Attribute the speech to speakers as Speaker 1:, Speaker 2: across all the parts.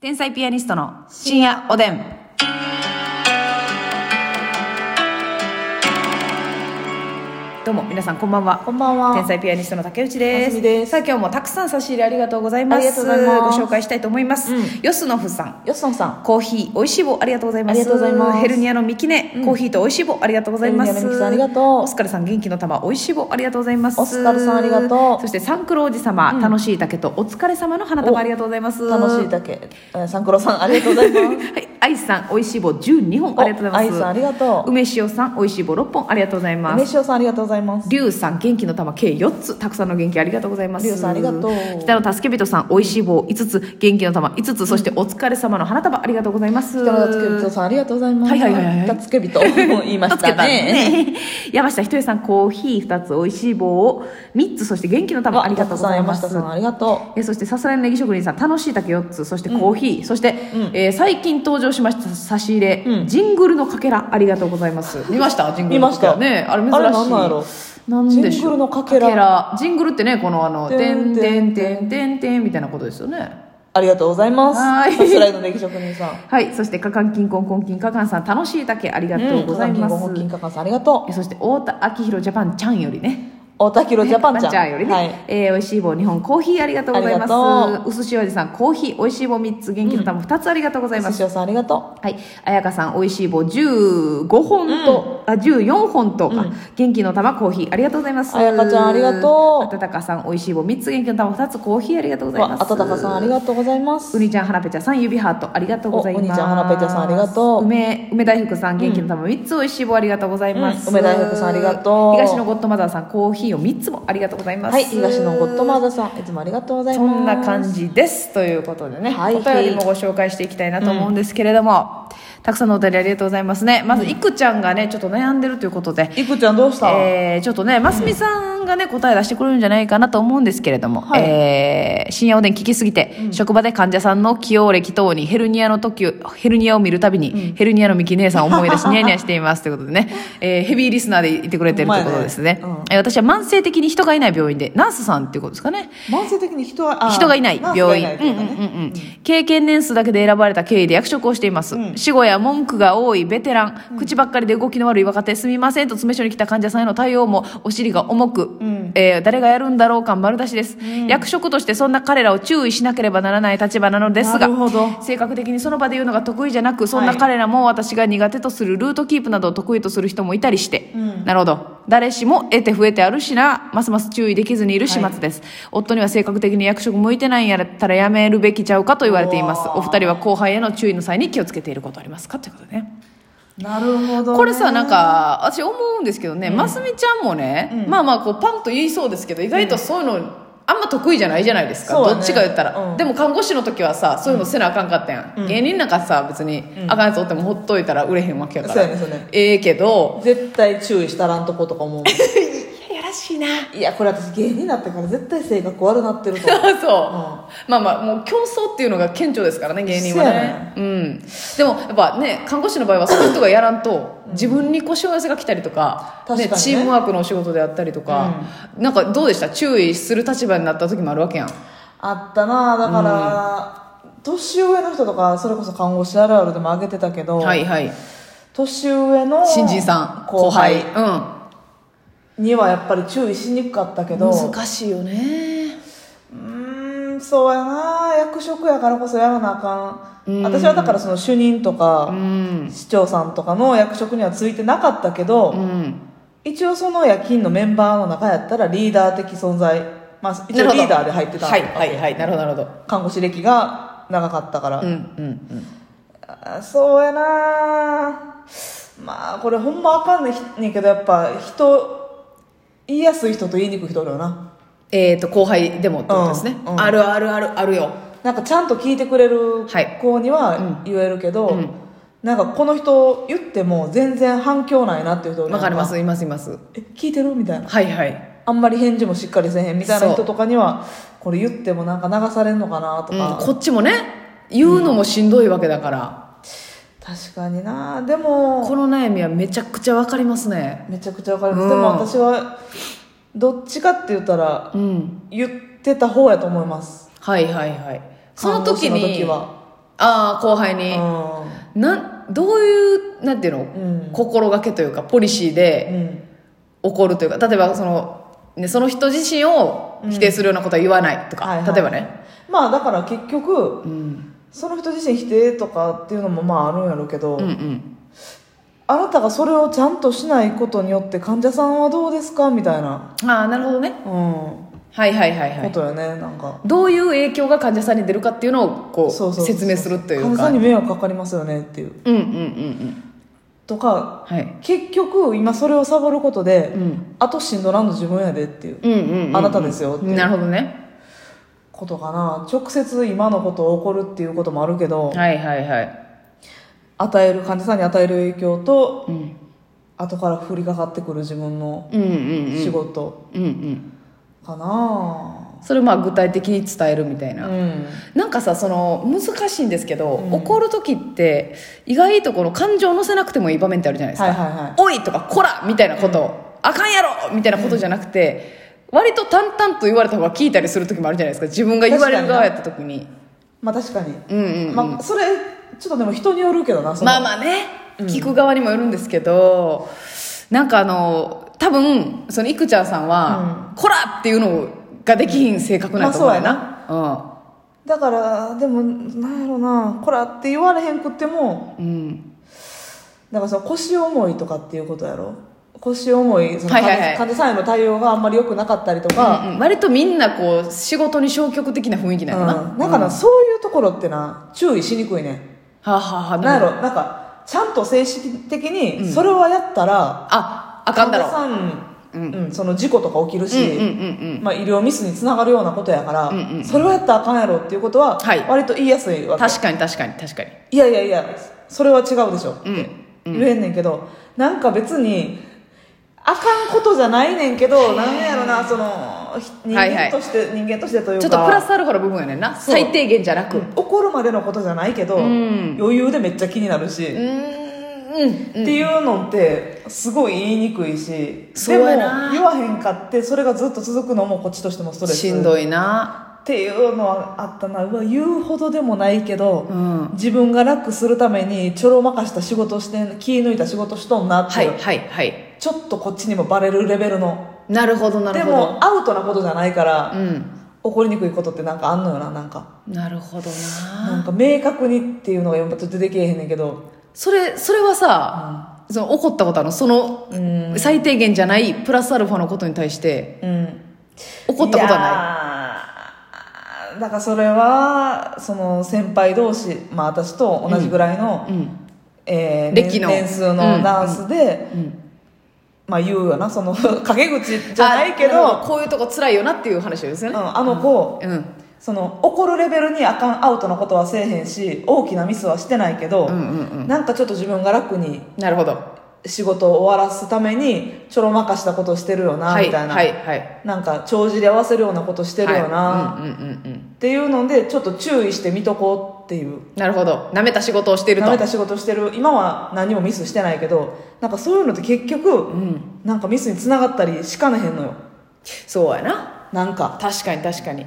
Speaker 1: 天才ピアニストの深夜おでん。どうも皆さんこんばんは。
Speaker 2: こんばんは
Speaker 1: 天才ピアニストの竹内で
Speaker 2: あす
Speaker 1: す。
Speaker 2: みです
Speaker 1: さあ今日もたくさん差し入れありがとうございます。
Speaker 2: ありがとうございます
Speaker 1: ご紹介したいと思います。
Speaker 2: うん
Speaker 1: よすのふさん。
Speaker 2: よっそんさん
Speaker 1: コーヒーおいしい棒ありがとうございます。
Speaker 2: ありがとうございます
Speaker 1: ヘルニアのミキネ、コーヒーとおいしい棒ありがとうございます。
Speaker 2: ヘルニアのミキさんありがとう
Speaker 1: オスカルさん元気の玉おいしい棒ありがとうございます。
Speaker 2: オスカルさんありがとう
Speaker 1: そしてサンクロおじ様、楽しい竹とお疲れ様の花束ありがとうございます。
Speaker 2: 楽しいだけえーサンクロさんありがとうございます
Speaker 1: はい、アイスさん、美味しい棒12本ありがとうございます。
Speaker 2: おアイスさんありがとう
Speaker 1: 梅塩さん、美味しい棒6本ありがとうございま
Speaker 2: 梅
Speaker 1: す。
Speaker 2: 塩さんありがとうございます
Speaker 1: リュウさん、元気の玉計4つ、たくさんの元気ありがとうございます。
Speaker 2: リュウさんありがとう
Speaker 1: 北野助人さん、美味しい棒5つ、元気の玉5つ、そしてお疲れ様の花束ありがとうございます。
Speaker 2: 北村つけびとさんありがとうございます
Speaker 1: はいはいはいはい
Speaker 2: たつけびと言いましたね
Speaker 1: ね。山下ひとえさん、コーヒー2つ、美味しい棒を3つ、そして元気の玉ありがとうございま
Speaker 2: た
Speaker 1: す
Speaker 2: つさん山下。さんありがと
Speaker 1: えそしてさすらいのネギ職人さん楽しい竹4つそしてコーヒー、そして、えー最近登場しました差し入れ、
Speaker 2: うん
Speaker 1: ジングルのかけらありがとうございます 見ましたジングルのかけら
Speaker 2: 見ま
Speaker 1: ね
Speaker 2: した
Speaker 1: あれ珍しい
Speaker 2: あれなんなんやろ
Speaker 1: なんでしょう
Speaker 2: ジングルのかけら
Speaker 1: ジングルってねこのあの「て
Speaker 2: て
Speaker 1: ん
Speaker 2: ん
Speaker 1: て
Speaker 2: て
Speaker 1: ん
Speaker 2: ん
Speaker 1: てんてんてん」みたいなことですよね
Speaker 2: うありがとうございます
Speaker 1: はい
Speaker 2: さすらいのネギ職人さん
Speaker 1: はいそしてかかんきんこんこんきんかかんさん楽しい竹ありがとうございます、
Speaker 2: 本金かかんさんありがと
Speaker 1: え
Speaker 2: う
Speaker 1: そして太田明宏ジャパンちゃんよりね
Speaker 2: 大田博ジャパンちゃん
Speaker 1: ちゃんよりね、
Speaker 2: はい
Speaker 1: えー美味しい棒2本コーヒーありがとうござい
Speaker 2: あり
Speaker 1: ますうすしおじさんコーヒー美味しい棒3つ元気の玉2つありがとうございます、
Speaker 2: 寿司屋さんありがと
Speaker 1: はい、彩香さん美味しい棒15本と、あ14本と、あ元気の玉コーヒーありがとうございます
Speaker 2: 彩香ちゃんありがとう
Speaker 1: あたたかさん美味しい棒3つ元気の玉2つコーヒーありがとうご
Speaker 2: う
Speaker 1: ざいます
Speaker 2: あたたかさんありがとうございます
Speaker 1: うにちゃんはなぺちゃさん指ハートありがとうございます
Speaker 2: おうにちゃんはなぺちゃさんありがとう
Speaker 1: 梅梅大福さん元気の玉3つ美味しい棒ありがとうございます、
Speaker 2: うん梅大福さんありがとう
Speaker 1: 東のゴッドマザーさんコーヒーを3つもありがとうございます
Speaker 2: はい東のゴッドマ
Speaker 1: ザー
Speaker 2: ザーさんいつもありがとうござい
Speaker 1: そ
Speaker 2: ます
Speaker 1: んな感じですということでね、
Speaker 2: はい
Speaker 1: お便りもご紹介していきたいなと思うんですけれども、たくさんのお便りありがとうございますねまずいくちゃんがねちょっと悩んでるということで、
Speaker 2: いくちゃんどうした
Speaker 1: えーちょっとねますみさんがね答え出してくれるんじゃないかなと思うんですけれども、
Speaker 2: はい
Speaker 1: えー深夜おでん聞きすぎて、職場で患者さんの起用歴等にヘルニアの時ヘルニアを見るたびに、ヘルニアのミキ姉さんを思い出しニヤニヤしていますということでね、 えーヘビーリスナーでいてくれてるということですね
Speaker 2: ほんまやね
Speaker 1: えー私は慢性的に人がいない病院でナースさんっていうことですかね
Speaker 2: 慢性的に人はあ
Speaker 1: 人がいない
Speaker 2: ナースが
Speaker 1: 病
Speaker 2: い
Speaker 1: 院
Speaker 2: ないというかね
Speaker 1: うんうんうんうん経験年数だけで選ばれた経緯で役職をしています、死後や文句が多いベテラン、口ばっかりで動きの悪い若手すみませんと詰め所に来た患者さんへの対応もお尻が重く、えー誰がやるんだろう感丸出しです、役職としてそんな彼らを注意しなければならない立場なのです
Speaker 2: な
Speaker 1: が
Speaker 2: るほど
Speaker 1: 性格的にその場で言うのが得意じゃなくそんな彼らも私が苦手とするルートキープなどを得意とする人もいたりして、なるほど誰しも得て増えてあるしなますます注意できずにいる始末です、夫には性格的に役職向いてないんやったらやめるべきちゃうかと言われています
Speaker 2: うわー
Speaker 1: お二人は後輩への注意の際に気をつけていることありますかということでね
Speaker 2: なるほどね
Speaker 1: これさなんか私思うんですけどね、ますみちゃんもね、まあまあこうパンと言いそうですけど意外とそういうの、あんま得意じゃないじゃないですか、
Speaker 2: そうだ
Speaker 1: ど
Speaker 2: ね
Speaker 1: っちか言ったら、
Speaker 2: うん
Speaker 1: でも看護師の時はさそういうのせなあかんかったやん、芸人なんかさ別に、あかんやつおってもほっといたら売れへんわけやから
Speaker 2: そうやねそうやね
Speaker 1: ええけど
Speaker 2: 絶対注意したらんとことか思う
Speaker 1: いややらしいな
Speaker 2: いやこれ私芸人になってから絶対性格悪なってる と
Speaker 1: そう
Speaker 2: 思う
Speaker 1: まあまあもう競争っていうのが顕著ですからね芸人は
Speaker 2: そうや
Speaker 1: ねうんでもやっぱね看護師の場合はそういう人がやらんと自分に腰を寄せが来たりとか,、
Speaker 2: 確かにね
Speaker 1: チームワークのお仕事であったりとか、なんかどうでした注意する立場になった時もあるわけやん
Speaker 2: あったなだから、年上の人とかそれこそ看護師あるあるでも挙げてたけど、
Speaker 1: はいはい
Speaker 2: 年上の
Speaker 1: 新人さん後
Speaker 2: 後
Speaker 1: 輩
Speaker 2: 輩にはやっぱり注意しにくかったけ
Speaker 1: う
Speaker 2: ど
Speaker 1: ん難しいよね
Speaker 2: うーんそうやな役職やからこそやらなあかん、私はだからその主任とか、市長さんとかの役職にはついてなかったけど、
Speaker 1: うん
Speaker 2: 一応その夜勤のメンバーの中やったらリーダー的存在、まあ、一
Speaker 1: なる
Speaker 2: 応
Speaker 1: ほど
Speaker 2: リーダーで入ってた、
Speaker 1: はいはいはいなるほどなるほど
Speaker 2: 看護師歴が長かったから、
Speaker 1: うんうん
Speaker 2: あそうやなまあこれほんまあかんねんけどやっぱ人言いやすい人と言いにくい人おるよな
Speaker 1: えっ、と後輩でもってことですね、
Speaker 2: うんうん
Speaker 1: あるあるあるあるよ
Speaker 2: なんかちゃんと聞いてくれる
Speaker 1: はい
Speaker 2: 子には言えるけど、
Speaker 1: うん
Speaker 2: なんかこの人言っても全然反響ないなっていう人おるや
Speaker 1: わ
Speaker 2: ん
Speaker 1: かりますいますいます
Speaker 2: え聞いてるみたいな
Speaker 1: はいはい、
Speaker 2: あんまり返事もしっかりせえへんみたいな
Speaker 1: そ
Speaker 2: 人
Speaker 1: う
Speaker 2: とかにはこれ言ってもなんか流されんのかなと
Speaker 1: うん
Speaker 2: か、
Speaker 1: こっちもね言うのもしんどいわけだから、
Speaker 2: 確かになでも
Speaker 1: この悩みはめちゃくちゃわかりますね
Speaker 2: めちゃくちゃわかります、
Speaker 1: うん
Speaker 2: でも私はどっちかって言ったら
Speaker 1: うん
Speaker 2: 言ってた方やと思います
Speaker 1: はいはいはいその時に
Speaker 2: 看護師の時は
Speaker 1: ああ後輩に、なんどういうなんていうの、
Speaker 2: うん
Speaker 1: 心がけというかポリシーで起こるというか例えばその、ね、その人自身を否定するようなことは言わないとか、
Speaker 2: はいはい
Speaker 1: 例えばね、
Speaker 2: まあだから結局
Speaker 1: うん、
Speaker 2: その人自身否定とかっていうのもまああるんやろうけど、
Speaker 1: うんうん
Speaker 2: あなたがそれをちゃんとしないことによって患者さんはどうですかみたいな、
Speaker 1: ああなるほどね
Speaker 2: うん、こ
Speaker 1: はいはいはいはい
Speaker 2: とよねなんか
Speaker 1: どういう影響が患者さんに出るかっていうのをこう
Speaker 2: そうそうそう
Speaker 1: 説明するとい
Speaker 2: 患
Speaker 1: う
Speaker 2: 者
Speaker 1: か
Speaker 2: さん
Speaker 1: うん
Speaker 2: に迷惑かかりますよねっていう
Speaker 1: うんうんうん
Speaker 2: とか
Speaker 1: はい、
Speaker 2: 結局今それをサボることで、
Speaker 1: うん
Speaker 2: あとしんどらんの自分やでっていう
Speaker 1: うんうんうん
Speaker 2: あなたですよっていう
Speaker 1: なるほどね
Speaker 2: ことかな直接今のことを起こるっていうこともあるけど
Speaker 1: はいはいはい
Speaker 2: 与える患者さんに与える影響と
Speaker 1: うん
Speaker 2: 後から降りかかってくる自分の
Speaker 1: うんうんうん
Speaker 2: 仕事
Speaker 1: うんうん
Speaker 2: かな
Speaker 1: それをまあ具体的に伝えるみたいな、
Speaker 2: うん
Speaker 1: なんかさその難しいんですけど、
Speaker 2: うん
Speaker 1: 怒る時って意外とこの感情を乗せなくてもいい場面ってあるじゃないですか
Speaker 2: はいはい
Speaker 1: 「
Speaker 2: は
Speaker 1: おい!」とか「こら!」みたいなこと、あかんやろ!」みたいなことじゃなくて、割と淡々と言われた方が聞いたりする時もあるじゃないですか自分が言われる側やった時に
Speaker 2: いまあ確かに、
Speaker 1: うんうんうん、
Speaker 2: まあ、それちょっとでも人によるけどなその
Speaker 1: まあまあね、聞く側にもよるんですけどなんかあの多分そのいくちゃんさんは「こら!」っていうのができひん性格なんやと思うよな、
Speaker 2: だからでもなんやろなこらって言われへんくっても
Speaker 1: うん、うん、
Speaker 2: だからその腰重いとかっていうことやろ腰重いその
Speaker 1: は
Speaker 2: 患
Speaker 1: い
Speaker 2: 者,、
Speaker 1: はいはい
Speaker 2: さんへの対応があんまり良くなかったりとか、
Speaker 1: うんうん割とみんなこう仕事に消極的な雰囲気なんやな、
Speaker 2: うん、なんかな、そういうところってな注意しにくいね
Speaker 1: はあ、はあはあでも
Speaker 2: なんやろなんかちゃんと正式的にそれはやったら、
Speaker 1: ああかんだろ
Speaker 2: 患者さん、うんその事故とか起きる
Speaker 1: うん
Speaker 2: し、
Speaker 1: うんうん
Speaker 2: まあ、医療ミスにつながるようなことやから、
Speaker 1: んうん
Speaker 2: それはやったらあかんやろっていうことは
Speaker 1: はい
Speaker 2: 割と言いやすいわ
Speaker 1: うん
Speaker 2: け、
Speaker 1: 確かに確かに確かに
Speaker 2: い、やいやいやそれは違うでしょって言えんねんけど、なんか別にあかんことじゃないねんけどなんやろなそのひ人
Speaker 1: はいは
Speaker 2: 間
Speaker 1: い
Speaker 2: として、人間としてという
Speaker 1: ち
Speaker 2: か
Speaker 1: ょっとプラスアルファの部分やねんな
Speaker 2: そう
Speaker 1: 最低限じゃなく
Speaker 2: 怒るまでのことじゃないけど、
Speaker 1: ん
Speaker 2: 余裕でめっちゃ気になるし、
Speaker 1: う
Speaker 2: っ
Speaker 1: んうん
Speaker 2: ていうのってすごい言いにくいし
Speaker 1: そ
Speaker 2: で
Speaker 1: う
Speaker 2: も
Speaker 1: やな
Speaker 2: 言わへんかってそれがずっと続くのもこっちとしてもストレス
Speaker 1: しんどいな
Speaker 2: っていうのはあったなうわ言うほどでもないけど、
Speaker 1: ん
Speaker 2: 自分が楽するためにちょろまかした仕事して気抜いた仕事しとんなって、
Speaker 1: はいいうはいはい
Speaker 2: ちょっとこっちにもバレるレベルの
Speaker 1: なるほどなる
Speaker 2: で
Speaker 1: ほど
Speaker 2: もアウトなことじゃないから、
Speaker 1: うん
Speaker 2: 怒りにくいことってなんかあんのよななんか
Speaker 1: なるほどな
Speaker 2: なんか明確にっていうのが今ちょっと出てけえへんねんけど
Speaker 1: それそれはさ、その怒ったことあるのその最低限じゃないプラスアルファのことに対して
Speaker 2: うん
Speaker 1: 怒ったことはない
Speaker 2: ないだからそれはその先輩同士、まあ、私と同じぐらいの、
Speaker 1: うん
Speaker 2: えー
Speaker 1: 歴の
Speaker 2: 年数
Speaker 1: う
Speaker 2: の
Speaker 1: ん
Speaker 2: ダンスで、
Speaker 1: うん
Speaker 2: まあ言うよなその陰口じゃないけ
Speaker 1: あなる
Speaker 2: ど
Speaker 1: ほこういうとこ辛いよなっていう話ですよ
Speaker 2: うん
Speaker 1: ね
Speaker 2: あの子、
Speaker 1: うん
Speaker 2: その怒るレベルにあかんアウトなことはせえへんし大きなミスはしてないけど、
Speaker 1: うんうんうん
Speaker 2: なんかちょっと自分が楽に
Speaker 1: なるほど
Speaker 2: 仕事を終わらすためにちょろまかしたことしてるよな、
Speaker 1: はい
Speaker 2: みたいな、
Speaker 1: はいはい
Speaker 2: なんか帳尻合わせるようなことしてるよな、
Speaker 1: はいうんうんうんうん
Speaker 2: っていうのでちょっと注意して見とこうっていう
Speaker 1: なるほどなめた仕事をしていると
Speaker 2: 舐めた仕事してる今は何もミスしてないけどなんかそういうのって結局、
Speaker 1: ん
Speaker 2: なんかミスにつながったりしかねへんのよ
Speaker 1: そうやな
Speaker 2: なんか
Speaker 1: 確かに確かに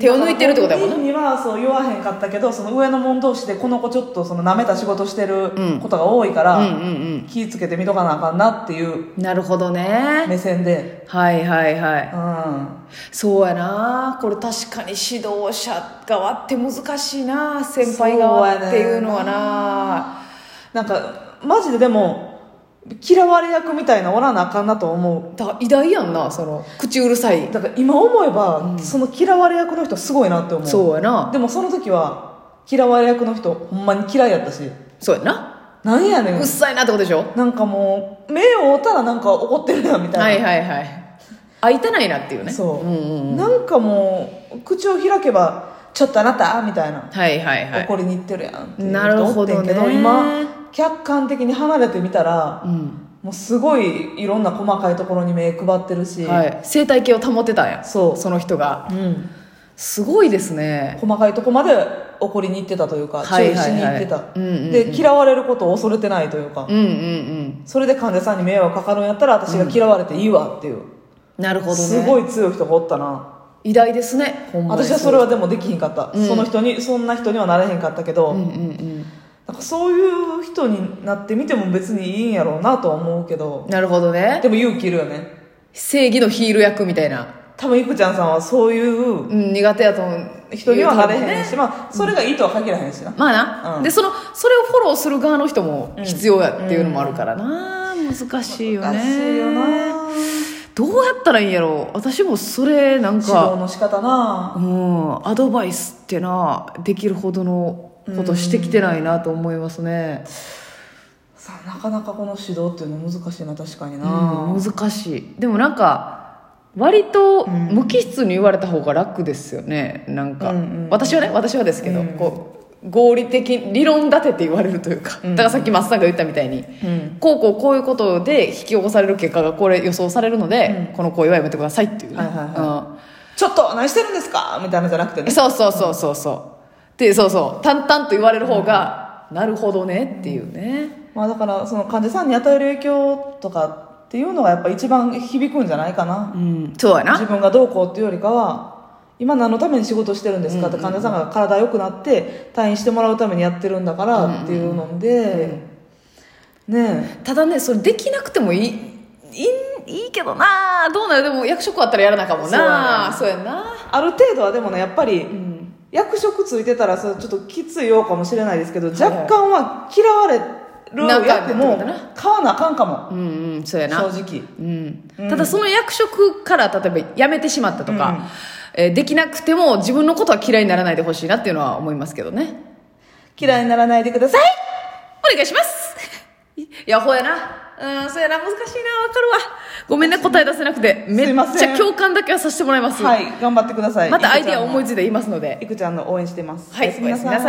Speaker 1: 手を抜いてるってことやもんな
Speaker 2: 本人にはそう言わへんかったけどその上の者同士でこの子ちょっとその舐めた仕事してる
Speaker 1: うん
Speaker 2: ことが多いか
Speaker 1: う
Speaker 2: ら、
Speaker 1: んうん
Speaker 2: 気ぃつけて見とかなあかんなっていう
Speaker 1: うんなるほどね
Speaker 2: 目線で
Speaker 1: はいはいは
Speaker 2: う
Speaker 1: い
Speaker 2: んは
Speaker 1: そうやなこれ確かに指導者側って難しいな先輩側っていうのはな
Speaker 2: なんかマジででも嫌われ役みたいなおらなあかんなと思
Speaker 1: だから偉大やんなその口うるさいう
Speaker 2: だから今思えば、その嫌われ役の人すごいなって思う
Speaker 1: そうやな
Speaker 2: でもその時は嫌われ役の人ほんまに嫌いやったし
Speaker 1: そうやな
Speaker 2: なんやね
Speaker 1: うんっさいなってことでしょ
Speaker 2: なんかもう目を追ったらなんか怒ってるなみたいな、
Speaker 1: はいはいはい空いてないなっていうね
Speaker 2: そ
Speaker 1: ん
Speaker 2: う、
Speaker 1: うんうん
Speaker 2: なんかもう口を開けば「ちょっとあなた」みたいな、
Speaker 1: はいはいはい
Speaker 2: 怒りに行ってるやんっていう
Speaker 1: なるほどね
Speaker 2: 人おってんけ今客観的に離れてみたら
Speaker 1: うん
Speaker 2: もうすごいいろんな細かいところに目配ってるし、
Speaker 1: はい生態系を保てたんや
Speaker 2: そう
Speaker 1: その人が
Speaker 2: うん、
Speaker 1: すごいですね
Speaker 2: 細かいとこまで怒りに行ってたというか注
Speaker 1: はい
Speaker 2: 意
Speaker 1: は
Speaker 2: し
Speaker 1: い
Speaker 2: に行
Speaker 1: は
Speaker 2: っ
Speaker 1: い
Speaker 2: てた、
Speaker 1: うんうんうん
Speaker 2: で嫌われることを恐れてないというか、
Speaker 1: うんうんうん
Speaker 2: それで患者さんに迷惑かかるんやったら私が嫌われていいわっていう、
Speaker 1: なるほどね
Speaker 2: すごい強い人がおったな
Speaker 1: 偉大ですねほんまに
Speaker 2: 私はそれはでもできひんかった、その人にそんな人にはなれへんかったけど、
Speaker 1: うんうん
Speaker 2: なんかそういう人になってみても別にいいんやろうなとは思うけ
Speaker 1: う
Speaker 2: ど
Speaker 1: んなるほどね
Speaker 2: でも勇気いるよね
Speaker 1: 正義のヒール役みたいな、
Speaker 2: 多分いくちゃんさんはそういう
Speaker 1: うん、苦手やと思う
Speaker 2: 人にはなれへん
Speaker 1: ね
Speaker 2: し、まあ、それがいいとは限らへんしな、
Speaker 1: まあな、
Speaker 2: うん
Speaker 1: でそのそれをフォローする側の人も必要やっていうのもあるからな、難しいよね
Speaker 2: 難しいよな
Speaker 1: どうやったらいいんやろう私もそれなん
Speaker 2: 指導
Speaker 1: か、
Speaker 2: の仕方
Speaker 1: う、
Speaker 2: なん
Speaker 1: アドバイスってなできるほどのことしてきてないなと思いますね、
Speaker 2: さあなかなかこの指導っていうの難しいな確かにな、
Speaker 1: うん、難しいでもなんか割と無機質に言われた方が楽ですよねなんか、
Speaker 2: うんうん
Speaker 1: 私はね私はですけど、
Speaker 2: うん
Speaker 1: こう合理的理論立てて言われるというか、
Speaker 2: うん
Speaker 1: だからさっき松さんが言ったみたいに、
Speaker 2: うん
Speaker 1: こうこうこういうことで引き起こされる結果がこれ予想されるので、この行為はやめてくださいっていうね、
Speaker 2: はいはいはい
Speaker 1: うん
Speaker 2: ちょっと何してるんですかみたいなのじゃなくてね
Speaker 1: そうそうそうそうそうでそうそう淡々と言われる方が、なるほどねっていうね、
Speaker 2: まあだからその患者さんに与える影響とかっていうのがやっぱ一番響くんじゃないかな
Speaker 1: うん、そうやな
Speaker 2: 自分がどうこうっていうよりかは今何のために仕事してるんですかって患者さんが体良くなって退院してもらうためにやってるんだからっていうのでね
Speaker 1: ただねそれできなくてもいいいいいいけどなどうなるでも役職あったらやらなあかんもんなそうやな
Speaker 2: えある程度はでもねやっぱり役職ついてたらそれちょっときついようかもしれないですけど
Speaker 1: いはい
Speaker 2: 若干は嫌われ
Speaker 1: なん
Speaker 2: る
Speaker 1: かってこと
Speaker 2: 役も
Speaker 1: だな
Speaker 2: 買わなあかんかも
Speaker 1: うんうんそうやな
Speaker 2: 正直
Speaker 1: うん
Speaker 2: うん
Speaker 1: ただその役職から例えば辞めてしまったと
Speaker 2: うん
Speaker 1: か、えーできなくても自分のことは嫌いにならないでほしいなっていうのは思いますけどね
Speaker 2: 嫌いにならないでください
Speaker 1: お願いします いやほやなうんそうやな難しいなわかるわごめんね答え出せなくてめ
Speaker 2: すい
Speaker 1: っ
Speaker 2: ま
Speaker 1: ち
Speaker 2: せ
Speaker 1: ゃ
Speaker 2: ん
Speaker 1: 共感だけはさせてもらいます、
Speaker 2: はい頑張ってください
Speaker 1: またアイディア思い
Speaker 2: い
Speaker 1: ついて言いますので
Speaker 2: いくちゃんの応援してます
Speaker 1: はい
Speaker 2: おやすみなさ
Speaker 1: おやすみなさい